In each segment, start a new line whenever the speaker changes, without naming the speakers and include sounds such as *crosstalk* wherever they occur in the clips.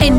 En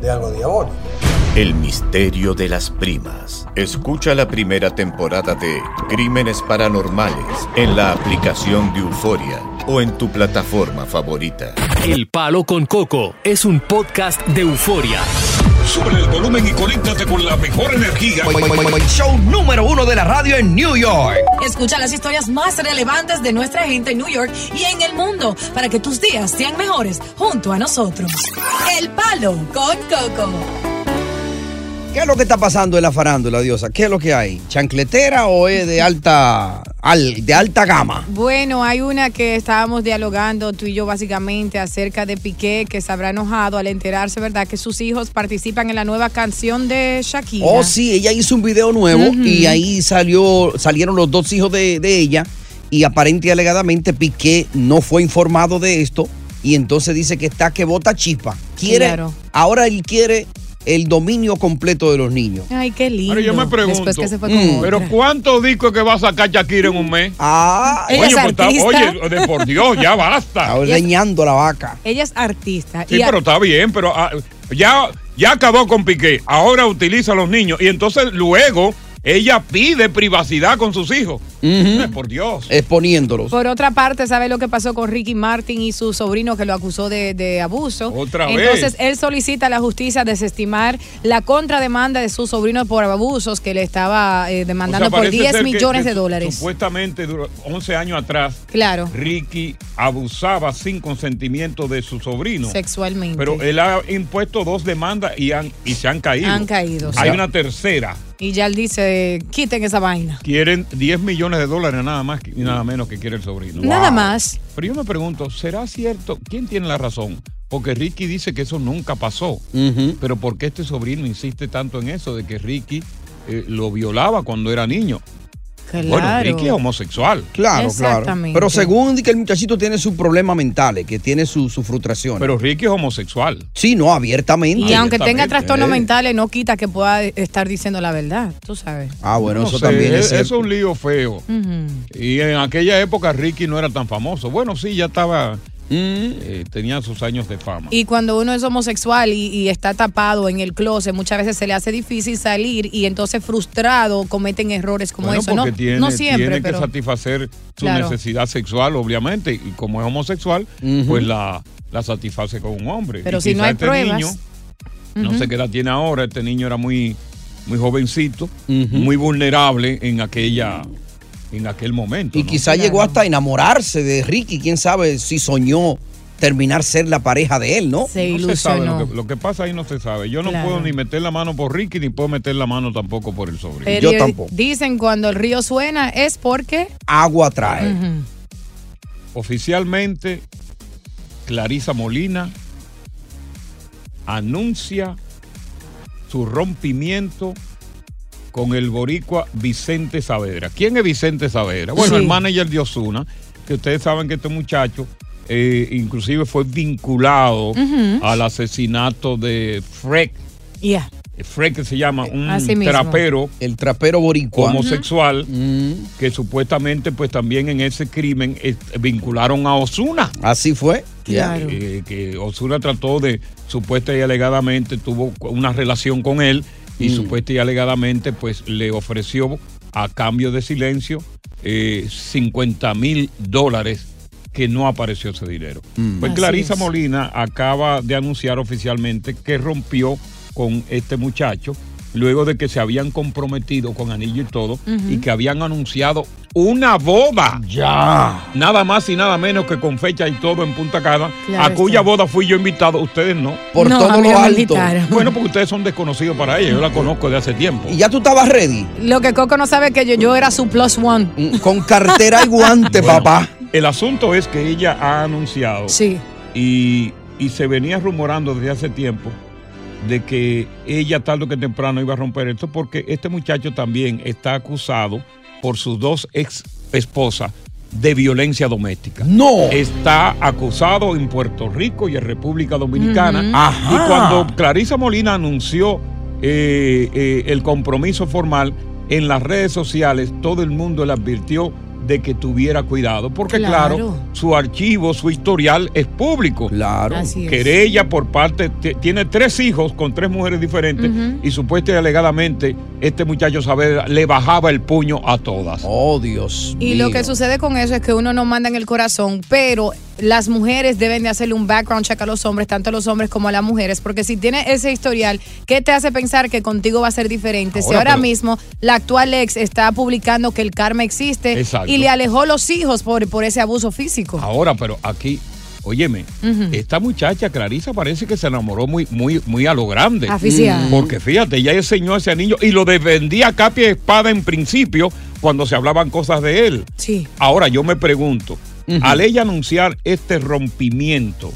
de algo diabólico.
El misterio de las primas. Escucha la primera temporada de Crímenes Paranormales en la aplicación de Euforia o en tu plataforma favorita.
El Palo con Coco es un podcast de euforia.
Sube el volumen y conéctate con la mejor energía.
Show número uno de la radio en New York.
Escucha las historias más relevantes de nuestra gente en New York y en el mundo para que tus días sean mejores junto a nosotros. El Palo con Coco.
¿Qué es lo que está pasando en la farándula, diosa? ¿Qué es lo que hay? ¿Chancletera o es de alta, al- de alta gama?
Bueno, hay una que estábamos dialogando tú y yo básicamente acerca de Piqué, que se habrá enojado al enterarse, ¿verdad?, que sus hijos participan en la nueva canción de Shakira.
Oh, sí, ella hizo un video nuevo
Ujú.
y ahí salió, salieron los dos hijos de, de ella y aparente y alegadamente Piqué no fue informado de esto y entonces dice que está que bota chispa. Quiere,
Claro.
ahora él quiere el dominio completo de los niños.
Ay, qué lindo.
Pero yo me pregunto,
Después que se fue con
mm,
otra.
¿pero cuántos discos que va a sacar Shakira en un mes?
Ah,
Ella
oye,
es
pues, está-
artista.
oye, de- por Dios, ya basta.
*laughs* Está ordeñando la vaca.
Ella es artista.
Sí,
y a-
pero está bien, pero ah, ya, ya acabó con Piqué. Ahora utiliza a los niños y entonces luego ella pide privacidad con sus hijos. Ay, por Dios.
Exponiéndolos.
Por otra parte, ¿sabe lo que pasó con Ricky Martin y su sobrino que lo acusó de, de abuso?
Otra vez.
Entonces, él solicita a la justicia desestimar la contrademanda de su sobrino por abusos que le estaba
O
eh,
sea,
demandando por
parece
10
ser que-
millones
que
de
su-
dólares.
Supuestamente duró 11 años atrás,
Claro,
Ricky abusaba sin consentimiento de su sobrino.
sexualmente.
Pero él ha impuesto dos demandas y, han, y se han caído.
Han caído, sí.
Hay una tercera.
Y ya él dice, quiten esa vaina.
Quieren 10 millones de dólares nada más que- y nada menos que quiere el sobrino.
Nada más.
Pero yo me pregunto, ¿será cierto? ¿Quién tiene la razón? Porque Ricky dice que eso nunca pasó.
Ujú.
Pero ¿por qué este sobrino insiste tanto en eso de que Ricky eh, lo violaba cuando era niño?
Claro.
Bueno, Ricky es homosexual.
Claro, claro.
Exactamente.
Pero según di que el muchachito tiene sus problemas mentales, que tiene su- sus frustraciones.
Pero Ricky es homosexual.
sí, no, abiertamente.
y aunque tenga
Abiertamente,
trastornos
eh.
mentales, no quita que pueda estar diciendo la verdad, tú sabes.
Ah, bueno,
No
eso
sé,
también es,
es, es
cierto.
un lío feo.
Ujú.
Y en aquella época Ricky no era tan famoso. Bueno, sí, ya estaba,
Mm,
eh, tenía sus años de fama.
Y cuando uno es homosexual y, y está tapado en el closet, muchas veces se le hace difícil salir y entonces frustrado cometen errores como
Bueno,
eso, ¿no?
porque tiene,
no siempre,
tiene que
pero
satisfacer su
Claro.
necesidad sexual, obviamente, y como es homosexual,
Ujú.
pues la, la satisface con un hombre.
Pero
Y
si no
quizá
hay
este
pruebas.
niño, no sé qué edad tiene ahora, este niño era muy, muy jovencito,
Ujú.
muy vulnerable en aquella, en aquel momento.
y
¿no?
quizá llegó hasta enamorarse de Ricky. Quién sabe si soñó terminar ser la pareja de él, ¿no?
se
No se sabe, lo
ilusionó.
que, lo que pasa ahí no se sabe. Yo no
Claro.
puedo ni meter la mano por Ricky, ni puedo meter la mano tampoco por el sobrino.
Pero
Yo tampoco.
dicen cuando el río suena es porque
Agua trae.
ujú,
Oficialmente, Clarisa Molina anuncia su rompimiento con el boricua Vicente Saavedra. ¿Quién es Vicente Saavedra? Bueno,
Sí.
el manager de Osuna, que ustedes saben que este muchacho eh, inclusive fue vinculado al asesinato de Freck.
ya.
Freck Eh, que se llama, un
Así mismo.
trapero
El trapero boricua.
homosexual
Mm,
que supuestamente pues también en ese crimen eh, vincularon a Osuna.
así fue.
Claro.
eh, que Osuna trató de, supuesta y alegadamente, tuvo una relación con él y
Mm.
supuesta y alegadamente, pues le ofreció a cambio de silencio eh, 50 mil dólares que no apareció ese dinero.
Mm.
Pues
Así
Clarisa
es.
Molina acaba de anunciar oficialmente que rompió con este muchacho luego de que se habían comprometido con anillo y todo
Ujú.
y que habían anunciado una boda.
Ya.
Nada más y nada menos que con fecha y todo en Punta Cana,
Claro
a cuya
está.
boda fui yo invitado, ustedes no.
Por No, todo a mí lo no me alto. invitaron.
Bueno, porque ustedes son desconocidos para ella, yo la conozco de hace tiempo.
¿Y ya tú estabas ready?
Lo que Coco no sabe es que yo, yo era su plus one.
Mm, Con cartera y
*laughs*
guante, papá.
El asunto es que ella ha anunciado
Sí.
y, y se venía rumorando desde hace tiempo de que ella tarde que temprano iba a romper esto porque este muchacho también está acusado por sus dos ex esposas de violencia doméstica.
No.
Está acusado en Puerto Rico y en República Dominicana.
Ujú.
Y
Ajá.
cuando Clarisa Molina anunció eh, eh, el compromiso formal en las redes sociales, todo el mundo le advirtió de que tuviera cuidado, porque claro,
Claro.
su archivo, su historial es público.
Claro.
Así es.
Querella por parte, t- tiene tres hijos con tres mujeres diferentes
Ujú.
y supuesta y alegadamente este muchacho Saavedra le bajaba el puño a todas.
Oh, Dios.
Y lo que sucede con eso es que uno no manda en el corazón, pero las mujeres deben de hacerle un background check a los hombres, tanto a los hombres como a las mujeres, porque si tiene ese historial, ¿qué te hace pensar que contigo va a ser diferente? si
Ahora,
ahora
pero-
mismo la actual ex está publicando que el karma existe
Exacto. Ah,
y le alejó los hijos por, por ese abuso físico.
Ahora, pero aquí, óyeme,
Ujú.
esta muchacha Clarisa parece que se enamoró muy, muy, muy a lo grande.
Aficiada. Mm.
Porque fíjate, ella enseñó a ese niño y lo defendía a capa y espada en principio cuando se hablaban cosas de él.
Sí.
Ahora yo me pregunto, al ella anunciar este rompimiento,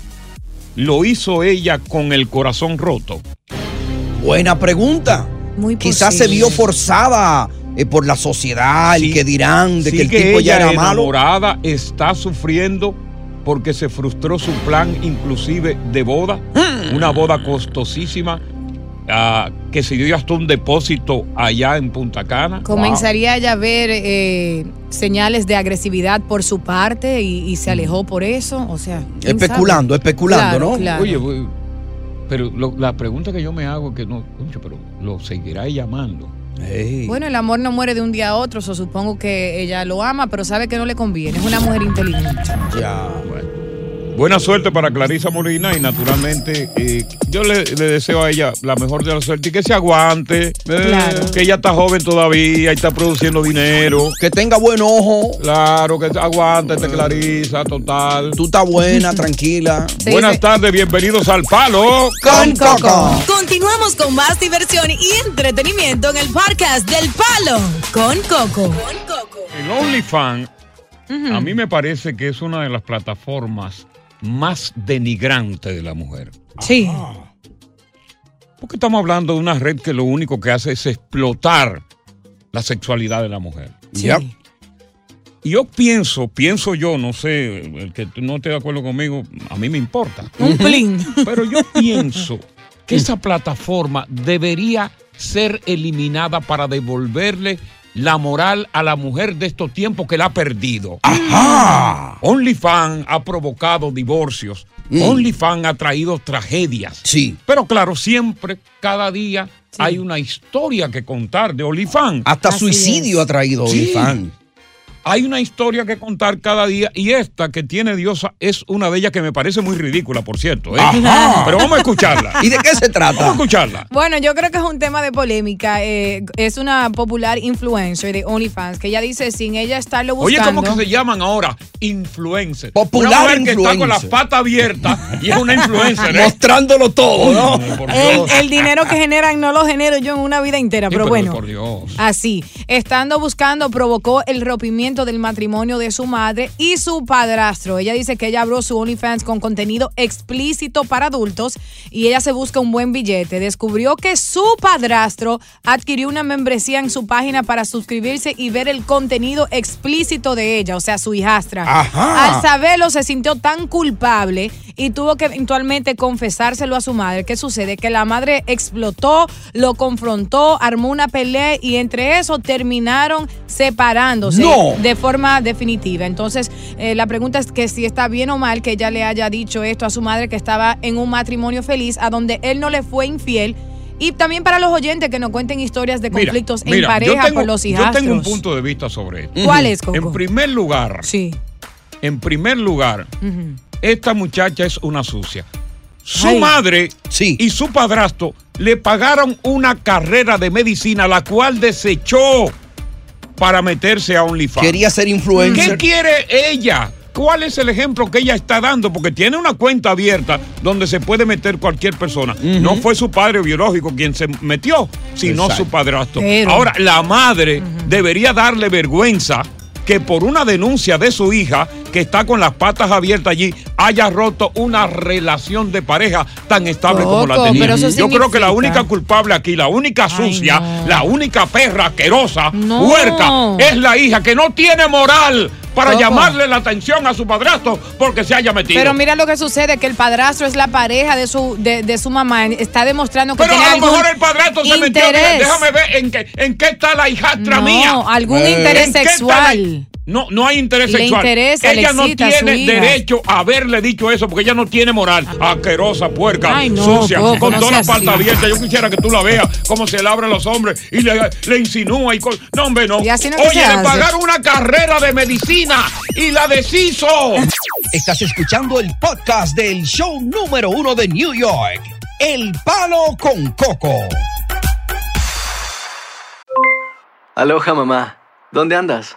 ¿lo hizo ella con el corazón roto?
Buena pregunta.
Muy
Quizás se vio forzada eh, por la sociedad, el que dirán de
Sí
que el tipo ya
ella
era malo.
enamorada está sufriendo porque se frustró su plan inclusive de boda,
Hmm.
una boda costosísima ah, que se dio hasta un depósito allá en Punta Cana.
Comenzaría ya a ver eh, señales de agresividad por su parte y, y se alejó por eso, o sea. ¿quién
Especulando,
sabe?
especulando,
Claro,
¿no?
claro.
Oye, oye, pero lo- la pregunta que yo me hago es que no, concho, pero lo seguirá llamando.
Bueno, el amor no muere de un día a otro, so supongo que ella lo ama, pero sabe que no le conviene. Es una mujer inteligente.
Bueno. Buena suerte para Clarisa Molina y naturalmente eh, yo le, le deseo a ella la mejor de la suerte y que se aguante, eh,
Claro.
que ella está joven todavía y está produciendo dinero.
Que tenga buen ojo. Ah.
Claro, que aguante, te Clarisa, total.
Tú estás buena, *laughs* tranquila.
Sí,
Buenas
sí.
tardes, bienvenidos al Palo
Con Coco.
Continuamos con más diversión y entretenimiento en el podcast del Palo con Coco.
El OnlyFans a mí me parece que es una de las plataformas más denigrantes de la mujer. Ah.
Sí.
Porque estamos hablando de una red que lo único que hace es explotar la sexualidad de la mujer.
Sí. Yep.
Y yo pienso, pienso yo, no sé, el que no esté de acuerdo conmigo, a mí me importa.
Un plin.
Pero yo pienso que esa plataforma debería ser eliminada para devolverle la moral a la mujer de estos tiempos que la ha perdido. ¡Ajá! OnlyFans ha provocado divorcios. OnlyFans ha traído tragedias.
Mm. Sí.
Pero claro, siempre, cada día, hay una historia que contar de OnlyFans.
Hasta suicidio ha traído
Sí.
OnlyFans.
Hay una historia que contar cada día y esta que tiene Diosa es una de ellas que me parece muy ridícula, por cierto. ¿eh?
Ajá.
Pero vamos a escucharla.
*laughs* ¿Y de qué se trata?
Vamos a escucharla.
Bueno, yo creo que es un tema de polémica. eh, es una popular influencer de OnlyFans que ella dice sin ella estarlo
Oye,
buscando.
¿cómo que se llaman ahora? Influencers.
Popular
una mujer que está
influencer.
con las patas abiertas y es una influencer. ¿eh?
Mostrándolo todo, ¿no?
Ay, por
el,
Dios.
el dinero que generan no lo genero yo en una vida entera,
Sí,
pero, bueno.
Por Dios.
Así, estando buscando, provocó el rompimiento del matrimonio de su madre y su padrastro. Ella dice que ella abrió su OnlyFans con contenido explícito para adultos y ella se busca un buen billete. Descubrió que su padrastro adquirió una membresía en su página para suscribirse y ver el contenido explícito de ella, o sea, su hijastra.
Ajá.
Al saberlo, se sintió tan culpable y tuvo que eventualmente confesárselo a su madre. ¿Qué sucede? Que la madre explotó, lo confrontó, armó una pelea y entre eso terminaron separándose
¡No!
de forma definitiva. Entonces, eh, la pregunta es que si está bien o mal que ella le haya dicho esto a su madre que estaba en un matrimonio feliz a donde él no le fue infiel. Y también para los oyentes que nos cuenten historias de
Mira,
conflictos en
mira, yo
pareja
tengo-
con los hijastros.
Yo tengo un punto de vista sobre esto.
¿Cuál es, Coco?
En primer lugar,
sí.
en primer lugar,
Ujú.
esta muchacha es una sucia. Su
Ay.
madre y su padrastro le pagaron una carrera de medicina, la cual desechó para meterse a OnlyFans.
Quería ser influencer.
¿Qué quiere ella? ¿Cuál es el ejemplo que ella está dando? Porque tiene una cuenta abierta donde se puede meter cualquier persona. No fue su padre biológico quien se metió, sino
Exacto.
su padrastro.
Pero-
Ahora, la madre debería darle vergüenza que por una denuncia de su hija, que está con las patas abiertas allí, haya roto una relación de pareja tan estable como la
Loco,
tenía.
pero eso
Yo creo que la
significa-
única culpable aquí, la única sucia, la única perra asquerosa,
No.
huerca, es la hija que no tiene moral para
Loco.
llamarle la atención a su padrastro porque se haya metido.
Pero mira lo que sucede, que el padrastro es la pareja de su, de, de su mamá. Está demostrando que
Pero
tiene
a lo
algún
mejor el padrastro se metió. Mira,
interés.
Déjame ver en qué, en qué está la hijastra
No,
mía.
algún interés
¿En qué está
sexual.
la- No, no hay interés
Le
sexual.
interesa, le
ella no
excita a su
tiene
hija. Ah,
derecho a haberle dicho eso porque ella no tiene moral. Asquerosa, puerca,
Ay, no,
sucia,
Coco,
con
no
todas
sea
las patas
así.
abiertas. Yo quisiera que tú la veas cómo se le abren los hombres y le, le insinúa y cosas. No, hombre, no.
Y así no es que
Oye,
se
le
hace.
pagaron una carrera de medicina y la deshizo.
Estás escuchando el podcast del show número uno de New York, El Palo con Coco.
Aloha mamá, ¿dónde andas?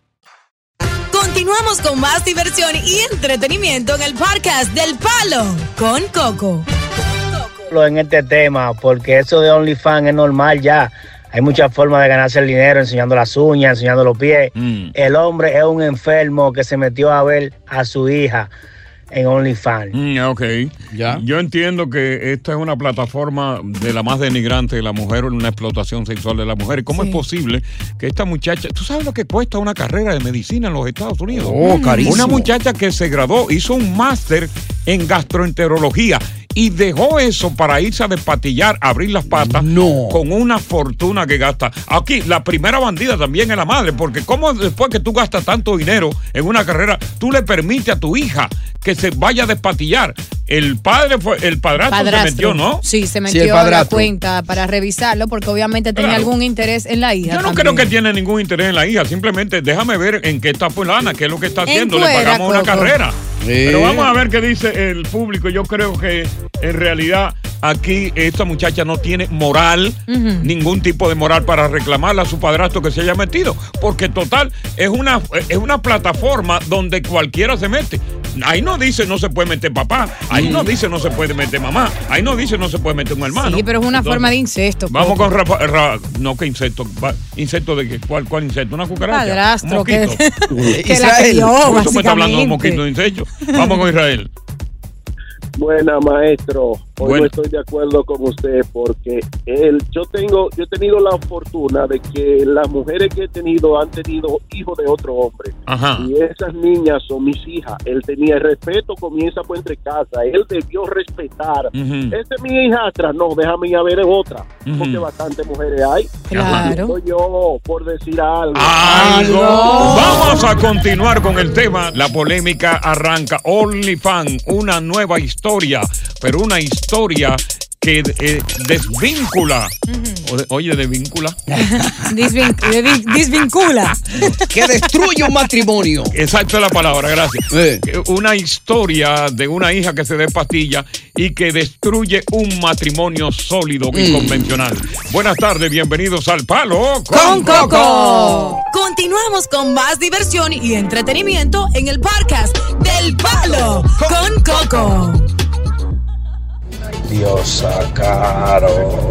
Continuamos con más diversión y entretenimiento en el podcast del Palo con Coco.
en este tema, porque eso de OnlyFans es normal ya. Hay muchas formas de ganarse el dinero, enseñando las uñas, enseñando los pies. El hombre es un enfermo que se metió a ver a su hija en OnlyFans.
Mm, ok. Yo entiendo que esta es una plataforma de la más denigrante de la mujer, una explotación sexual de la mujer. ¿Y ¿Cómo es posible que esta muchacha, tú sabes lo que cuesta una carrera de medicina en los Estados Unidos?
Oh, carísimo.
Una muchacha que se graduó, hizo un máster en gastroenterología. Y dejó eso para irse a despatillar, abrir las patas, con una fortuna que gasta. Aquí, la primera bandida también es la madre, porque ¿cómo después que tú gastas tanto dinero en una carrera, tú le permites a tu hija que se vaya a despatillar? El padre fue, el padrastro,
Padrastro.
se metió, ¿no?
Sí, se
el
metió a la
padrastro.
cuenta para revisarlo porque obviamente tenía
Claro.
algún interés en la hija.
Yo no
también.
creo que tiene ningún interés en la hija, simplemente déjame ver en qué está fulana, qué es lo que está haciendo, le
Encuera,
pagamos una
Coco.
carrera.
Sí.
Pero vamos a ver qué dice el público. Yo creo que en realidad aquí esta muchacha no tiene moral,
Ujú.
ningún tipo de moral para reclamarle a su padrastro que se haya metido, porque total es una es una plataforma donde cualquiera se mete. Ahí no dice no se puede meter papá, ahí no dice no se puede meter mamá, ahí no dice no se puede meter un hermano.
Mm. Sí, pero es una
Entonces,
forma de incesto.
Vamos
Coco.
con Rafa, Ra- no que insecto, Va- insecto de qué, cuál, cuál insecto, una cucaracha,
Padrastro,
un mosquito.
que- *laughs* que la Israel. crió,
Por eso me está hablando de
básicamente.
un mosquito de insecto. Vamos con Israel.
Buena, maestro.
Hoy
Bueno.
no estoy de acuerdo con usted porque el, yo tengo, yo he tenido la fortuna de que las mujeres que he tenido han tenido hijos de otro hombre.
Ajá.
Y esas niñas son mis hijas. Él tenía el respeto, comienza por entre casa. Él debió respetar.
Ujú.
Esta es mi hijastra. No, déjame ir a ver es otra. Porque bastantes mujeres hay.
Claro.
Soy yo por decir algo.
Vamos a continuar con el tema. La polémica arranca. OnlyFans, una nueva historia, pero una historia que eh, desvincula. O de- Oye, desvincula.
Disvin- devi- Desvincula.
que destruye un matrimonio.
Exacto la palabra, gracias. Eh, Una historia de una hija que se dé pastilla y que destruye un matrimonio sólido y convencional. Buenas tardes, bienvenidos al Palo con,
Continuamos con más diversión y entretenimiento en el podcast del Palo con Coco.
Diosa Caro.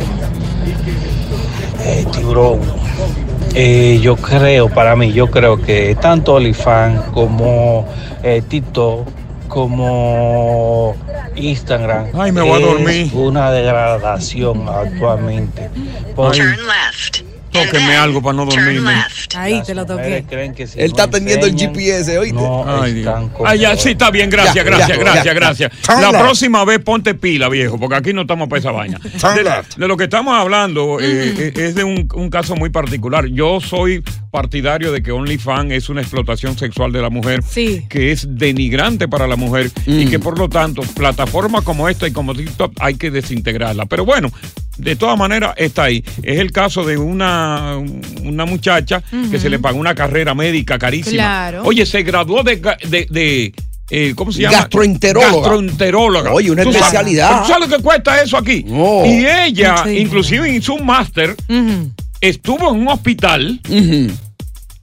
Eh, tiburón. Eh, yo creo, para mí, yo creo que tanto OnlyFans como eh, TikTok, como Instagram,
Ay, me voy
es
a dormir.
una degradación actualmente. Porque
Tóqueme algo para no dormirme.
Ahí te lo
ustedes
toqué.
creen que si
Él
no
está atendiendo el
enseñan,
GPS,
¿oíste? No
Ay,
están
Dios. Ah, ya, sí, está bien, gracias,
Ya,
gracias,
ya,
gracias,
ya.
gracias.
Turn
La
left.
próxima vez ponte pila, viejo, porque aquí no estamos para esa vaina. De, de lo que estamos hablando eh, eh, es de un, un caso muy particular. Yo soy partidario de que OnlyFans es una explotación sexual de la mujer que es denigrante para la mujer y
Mm.
que por lo tanto plataformas como esta y como TikTok hay que desintegrarla. Pero bueno, de todas maneras está ahí. Es el caso de una, una muchacha que se le pagó una carrera médica carísima.
Claro.
Oye, se graduó de... ga- de- de, eh, ¿Cómo se llama?
Gastroenteróloga.
Gastroenteróloga.
Oye, una
Tú sabes-
especialidad.
¿Tú sabes lo que cuesta eso aquí? Y ella,
Sí.
inclusive hizo un máster, estuvo en un hospital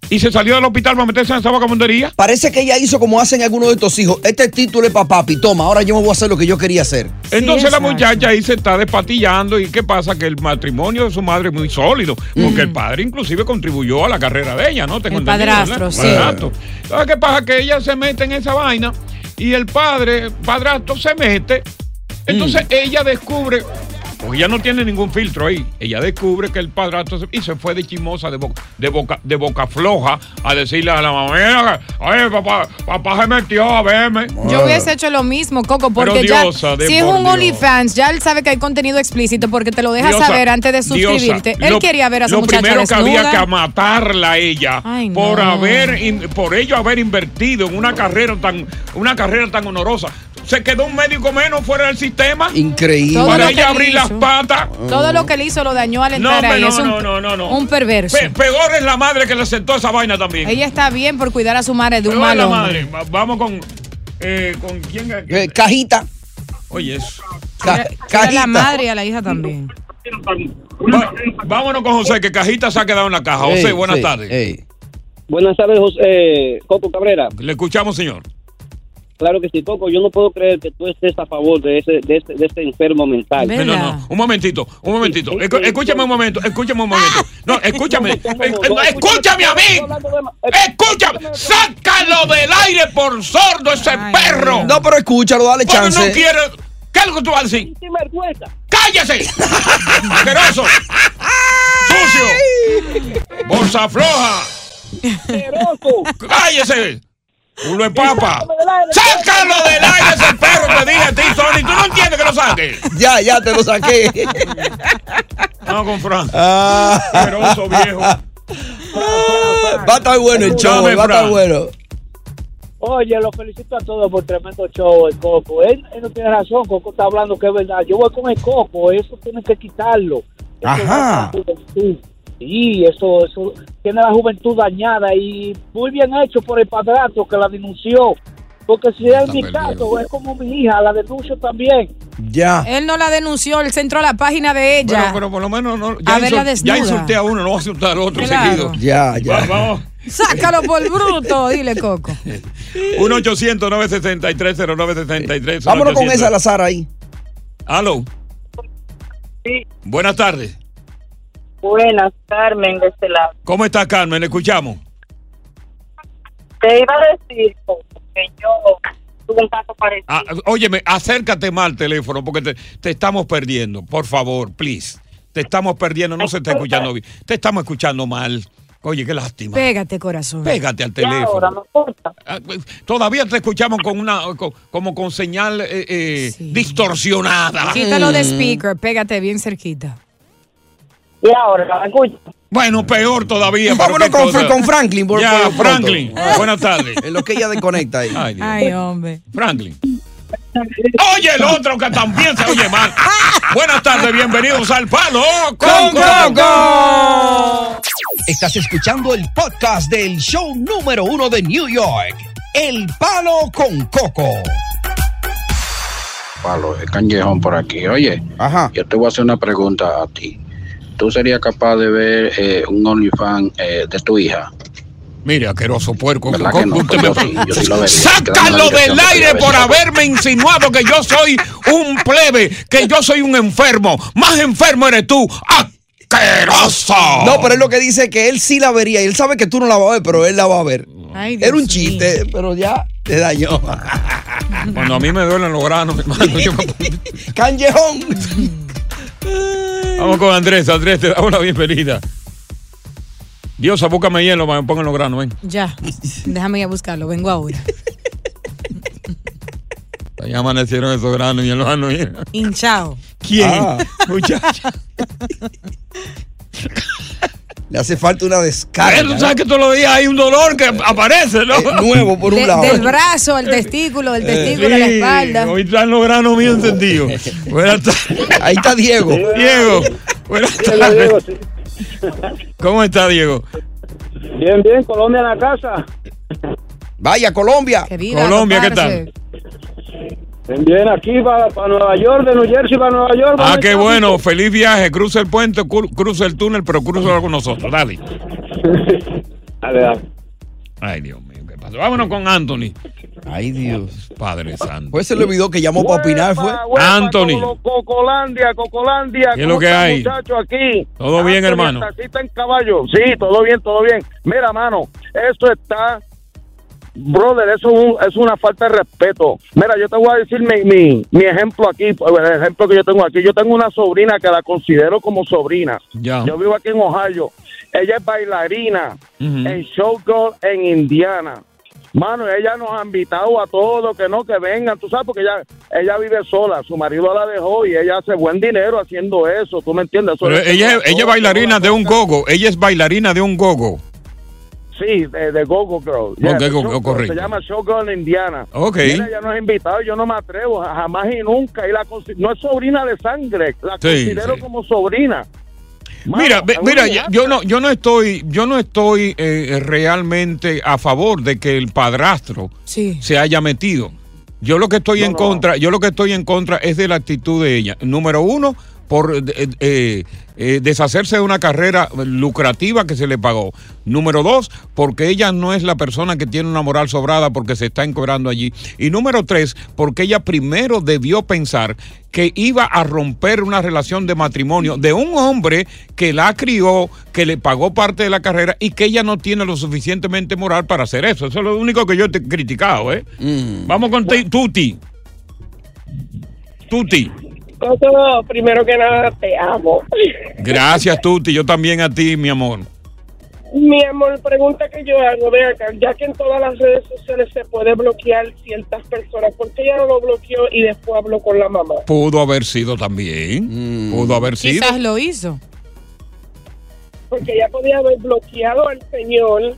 y se salió del hospital para meterse en esa vagabundería.
Parece que ella hizo como hacen algunos de estos hijos. Este título es para papi. Toma, ahora yo me voy a hacer lo que yo quería hacer.
Entonces la muchacha ahí se está despatillando y qué pasa que el matrimonio de su madre es muy sólido, porque el padre inclusive contribuyó a la carrera de ella, ¿no? Tengo
Mm. El
entendido, ¿verdad?
padrastro, sí.
Padrastro. Entonces, ¿qué pasa? Que ella se mete en esa vaina y el padre, padrastro, se mete. Entonces
Mm.
ella descubre, porque ella no tiene ningún filtro ahí, ella descubre que el padrastro se, y se fue de chimosa, de, boca, de, boca, de boca floja, a decirle a la mamá, "Mira, oye, papá, papá se metió a verme.
Yo hubiese hecho lo mismo, Coco, porque
Pero
ya
diosa, de
si es
por
un
Dios.
OnlyFans, ya él sabe que hay contenido explícito porque te lo deja
Diosa,
saber antes de
diosa,
suscribirte. él
lo-
quería ver a su
Lo
muchacha
primero que había
desnuda.
que matarla a ella
Ay, no.
por haber in- por ello haber invertido en una carrera tan una carrera tan honorosa. Se quedó un médico menos fuera del sistema.
Increíble.
Todo lo
Para
que
ella abrir
hizo.
las patas.
Todo lo que él hizo lo dañó al
No,
entrar
hombre,
ahí.
no,
es un,
no, no, no, no.
un perverso.
Pe- peor es la madre que le sentó esa vaina también.
Ella está bien por cuidar a su madre de
Peor
un
es
mal
la madre.
hombre.
Va- Vamos con eh, con quién
cajita.
Oye, eso.
Cuida a la madre y a la hija también.
Va- vámonos con José, que Cajita se ha quedado en la caja. José,
Ey,
buenas
sí,
tardes.
Buenas tardes, José, eh, Coco Cabrera.
Le escuchamos, señor.
Claro que sí, Coco. Yo no puedo creer que tú estés a favor de, ese, de, este, de este enfermo mental.
No, no, no. Un momentito, un momentito. Escu- Escúchame un momento, escúchame un momento. No, escúchame. Eh, eh, no, Escúchame a mí. Escúchame. Sácalo del aire por sordo ese perro.
No, pero escúchalo, dale
Porque
chance.
no quiere. ¿Qué es lo que tú vas a decir? ¡Cállese! ¡Asqueroso! ¡Sucio! ¡Bolsa floja! ¡Cállese! ¡Culo de papa! ¡Sácalo del aire ese perro! Te dije a ti, Sony. ¿Tú no entiendes que lo saques?
Ya, ya te lo saqué.
*laughs* No, con Fran.
Ah. *laughs*
Asqueroso, viejo.
Va a estar bueno el show,
Dame,
va a estar
Fran.
bueno.
Oye, lo felicito a todos por tremendo show, el Coco. Él, él no tiene razón, Coco está hablando que es verdad. Yo voy con el Coco, eso tienen que quitarlo. Eso
Ajá.
es la juventud. Sí, eso, eso tiene la juventud dañada y muy bien hecho por el padrato que la denunció. Porque si es mi caso, es como mi hija, la denuncio también.
Ya.
Él no la denunció, él se entró a la página de ella.
Ah. Bueno, pero por lo menos no,
A
ya,
verla
insult- ya
desnuda.
insulté a uno, no voy a insultar al otro
Claro.
seguido.
Ya, ya.
vamos.
Sácalo por bruto, dile Coco.
1 800 963 0963
Vámonos con esa, la Sara ahí.
Aló.
Sí.
Buenas tardes.
Buenas, Carmen, de este lado.
¿Cómo está Carmen? Le escuchamos.
Te iba a decir Coco, que yo tuvo un caso parecido.
Ah, óyeme, acércate más al teléfono porque te, te estamos perdiendo. Por favor, please. Te estamos perdiendo, no se está escuchando bien. Te estamos escuchando mal. Oye, qué lástima.
Pégate, corazón.
Pégate al teléfono. Ah, eh, Todavía te escuchamos con una co- como con señal eh, eh, distorsionada.
Quítalo de speaker, pégate bien cerquita.
Y ahora, ¿me escucha?
Bueno, peor todavía. pero
Vámonos
qué
con-
cosa.
con Franklin, por-
ya,
por lo pronto.
Franklin. Buenas tardes.
*laughs* En lo que ella desconecta ahí.
Ay, Dios.
Ay, hombre.
Franklin. Oye, el otro que también se oye *laughs* mal. Buenas tardes, bienvenidos al Palo con Coco.
Estás escuchando el podcast del show número uno de New York, El Palo con Coco.
Palo, es Canllejón por aquí. Oye, yo te voy a hacer una pregunta a ti. ¿Tú serías capaz de ver eh, un OnlyFans eh, de tu hija?
Mire, asqueroso puerco.
¿Verdad que no?
Usted
Pues
me-
yo sí, yo sí lo vería.
Sácalo
Queda
del
una
aire
dirección
por
que
haberme insinuado que yo soy un plebe, que yo soy un enfermo. Más enfermo eres tú. ¡Asqueroso!
No, pero es lo que dice que él sí la vería. Y él sabe que tú no la vas a ver, pero él la va a ver. Era un chiste, pero ya te dañó.
Cuando a mí me duelen los granos, hermano. yo me-
Canllejón.
Vamos con Andrés. Andrés, te damos la bienvenida. Dios, abúcame hielo para que me pongan los granos, ven.
Ya, déjame ir a buscarlo, vengo ahora.
Ya amanecieron esos granos y el ano. y-
Hinchado.
¿Quién?
Ah.
Muchacha.
Le hace falta una descarga.
Pero tú sabes que todos los días hay un dolor que aparece, ¿no?
nuevo por un
De-
lado.
del brazo, el testículo, del testículo, la
Eh, Sí,
espalda.
Hoy están los granos míos encendidos. Buenas tardes.
Ahí está Diego.
Diego. Buenas
Hola, Diego,
tardes. ¿Cómo está, Diego?
Bien, bien, Colombia en la casa.
Vaya, Colombia.
Colombia, ¿qué tal?
Bien, bien, aquí para, para Nueva York, de New Jersey para Nueva York.
Ah,
vamos
qué
en
bueno. Feliz viaje. Cruza el puente, cru- cruza el túnel, pero cruza con nosotros. Dale.
Dale, dale.
Ay, Dios mío, ¿qué pasó? Vámonos con Anthony.
Ay, Dios.
Padre Santo.
Pues se le olvidó que llamó para opinar, fue.
Anthony.
Cocolandia, Cocolandia.
¿Qué es
¿cómo
lo que
están,
hay?
muchachos, aquí.
¿Todo bien,
Anthony,
hermano?
hasta Aquí está en caballo. Sí, todo bien, todo bien. Mira, mano, esto está. Brother, eso es, un- es una falta de respeto. Mira, yo te voy a decir mi, mi, mi ejemplo aquí, el ejemplo que yo tengo aquí. Yo tengo una sobrina que la considero como sobrina.
Ya.
Yo vivo aquí en Ohio. Ella es bailarina en Showgirl en Indiana. Mano, ella nos ha invitado a todos que no, que vengan, tú sabes, porque ella, ella vive sola, su marido la dejó y ella hace buen dinero haciendo eso, ¿tú me entiendes? Eso
Pero
es-
ella, ella es bailarina de un gogo. Ella es bailarina de un gogo.
Sí, de, de Gogo Girl.
Ok,
de
Oh, Go-Go,
Showgirl,
correcto.
Se llama Showgirl Indiana.
Ok.
Mira, ella nos ha invitado, yo no me atrevo, ja- jamás y nunca. Y la consi- no es sobrina de sangre, la
Sí,
considero
sí. *laughs*
como sobrina. Mano,
Mira, ve-
es una
mira, ya- yo no, yo no estoy, yo no estoy eh, realmente a favor de que el padrastro se haya metido. Yo lo que estoy en contra, yo lo que estoy en contra es de la actitud de ella. Número uno, por eh, eh, eh, deshacerse de una carrera lucrativa que se le pagó. Número dos, porque ella no es la persona que tiene una moral sobrada porque se está encobrando allí. Y número tres, porque ella primero debió pensar que iba a romper una relación de matrimonio de un hombre que la crió, que le pagó parte de la carrera y que ella no tiene lo suficientemente moral para hacer eso. Eso es lo único que yo te he criticado, ¿eh? Vamos con ti- Tuti. Tuti.
Coco, primero que nada te amo.
Gracias, Tuti. Yo también a ti, mi amor.
Mi amor, pregunta que yo hago, ven acá, ya que en todas las redes sociales se puede bloquear ciertas personas, ¿por qué ella no lo bloqueó y después habló con la mamá?
Pudo haber sido también. Pudo haber sido.
Quizás
Lo hizo.
Porque ella podía haber bloqueado al señor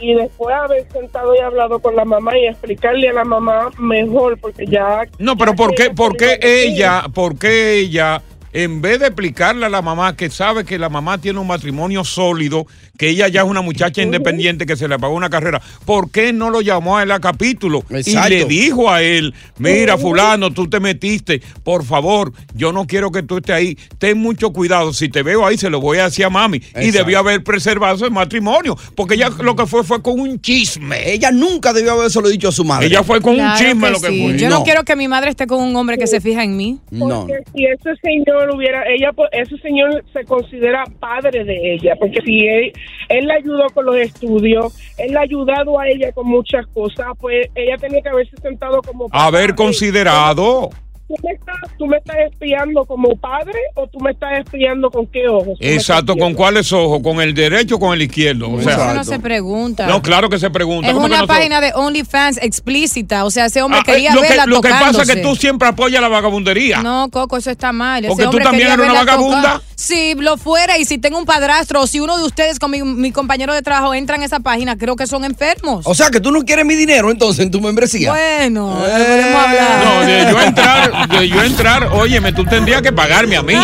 y después haber sentado y hablado con la mamá y explicarle a la mamá mejor, porque ya...
No, pero ¿por qué, por qué ella, por qué ella, en vez de explicarle a la mamá que sabe que la mamá tiene un matrimonio sólido, que ella ya es una muchacha independiente que se le pagó una carrera, ¿por qué no lo llamó a él a capítulo?
Exacto.
Y le dijo a él, mira
Ujú.
fulano, tú te metiste, por favor, yo no quiero que tú estés ahí, ten mucho cuidado, si te veo ahí se lo voy a decir a mami. Y
Exacto.
debió haber preservado el matrimonio, porque ella lo que fue fue con un chisme.
Ella nunca debió haberse lo dicho a su madre.
Ella fue con un
Claro
chisme
que
lo que
sí.
fue.
Yo no. quiero que mi madre esté con un hombre que se fija en mí.
No.
Porque si ese señor no lo hubiera, ella, pues, ese señor se considera padre de ella, porque si él, él la ayudó con los estudios, él la ha ayudado a ella con muchas cosas, pues ella tenía que haberse sentado como padre.
Haber considerado.
¿Tú me, estás, ¿Tú me estás espiando como padre o tú me estás espiando con qué ojos? ¿Tú me estás
Exacto, ¿con cuáles ojos? ¿Con el derecho o con el izquierdo? O sea,
Eso no se pregunta.
No, claro que se pregunta.
Es
¿Cómo que
una
no se-
página de OnlyFans explícita. O sea, ese hombre
Ah, eh,
quería
lo que,
verla
lo que pasa es
tocándose.
que tú siempre apoyas la vagabundería.
No, Coco, eso está mal. Ese
Porque tú
hombre
también eres
quería
una
verla tocar.
vagabunda.
Si lo fuera y si tengo un padrastro o si uno de ustedes con mi, mi compañero de trabajo entra en esa página, creo que son enfermos.
O sea, que tú no quieres mi dinero entonces en tu membresía. Eh.
Bueno,
No, de yo entrar, de yo entrar, óyeme, tú tendrías que pagarme a mí.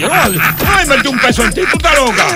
Yo no voy a meter un peso en ti, tú estás loca.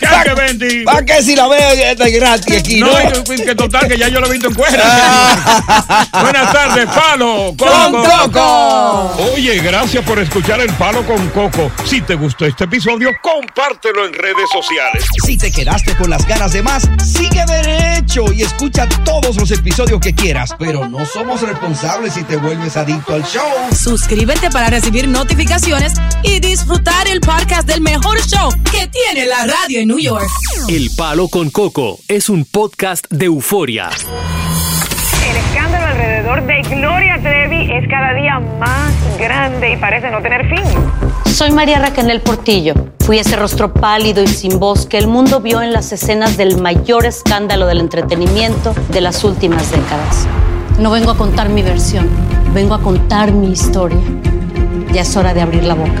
Ya que vendí.
¿Para qué *laughs* si la veo ya está gratis aquí?
No,
No, *laughs*
yo- que total, que ya yo lo he visto en cuerda.
Ah.
Buenas tardes, Palo
Con Coco.
Oye, gracias por escuchar el Palo con Coco. Si te gustó este episodio, compártelo en redes sociales.
Si te quedaste con las ganas de más, sigue derecho y escucha todos los episodios que quieras. Pero no somos responsables si te vuelves adicto al show.
Suscríbete para recibir notificaciones y disfrutar el podcast del mejor show que tiene la radio en New York.
El Palo con Coco es un podcast de euforia.
El escándalo alrededor de Gloria Trevi es cada día más grande y parece no tener fin.
Soy María Raquel Portillo. Fui ese rostro pálido y sin voz que el mundo vio en las escenas del mayor escándalo del entretenimiento de las últimas décadas. No vengo a contar mi versión, vengo a contar mi historia. Ya es hora de abrir la boca.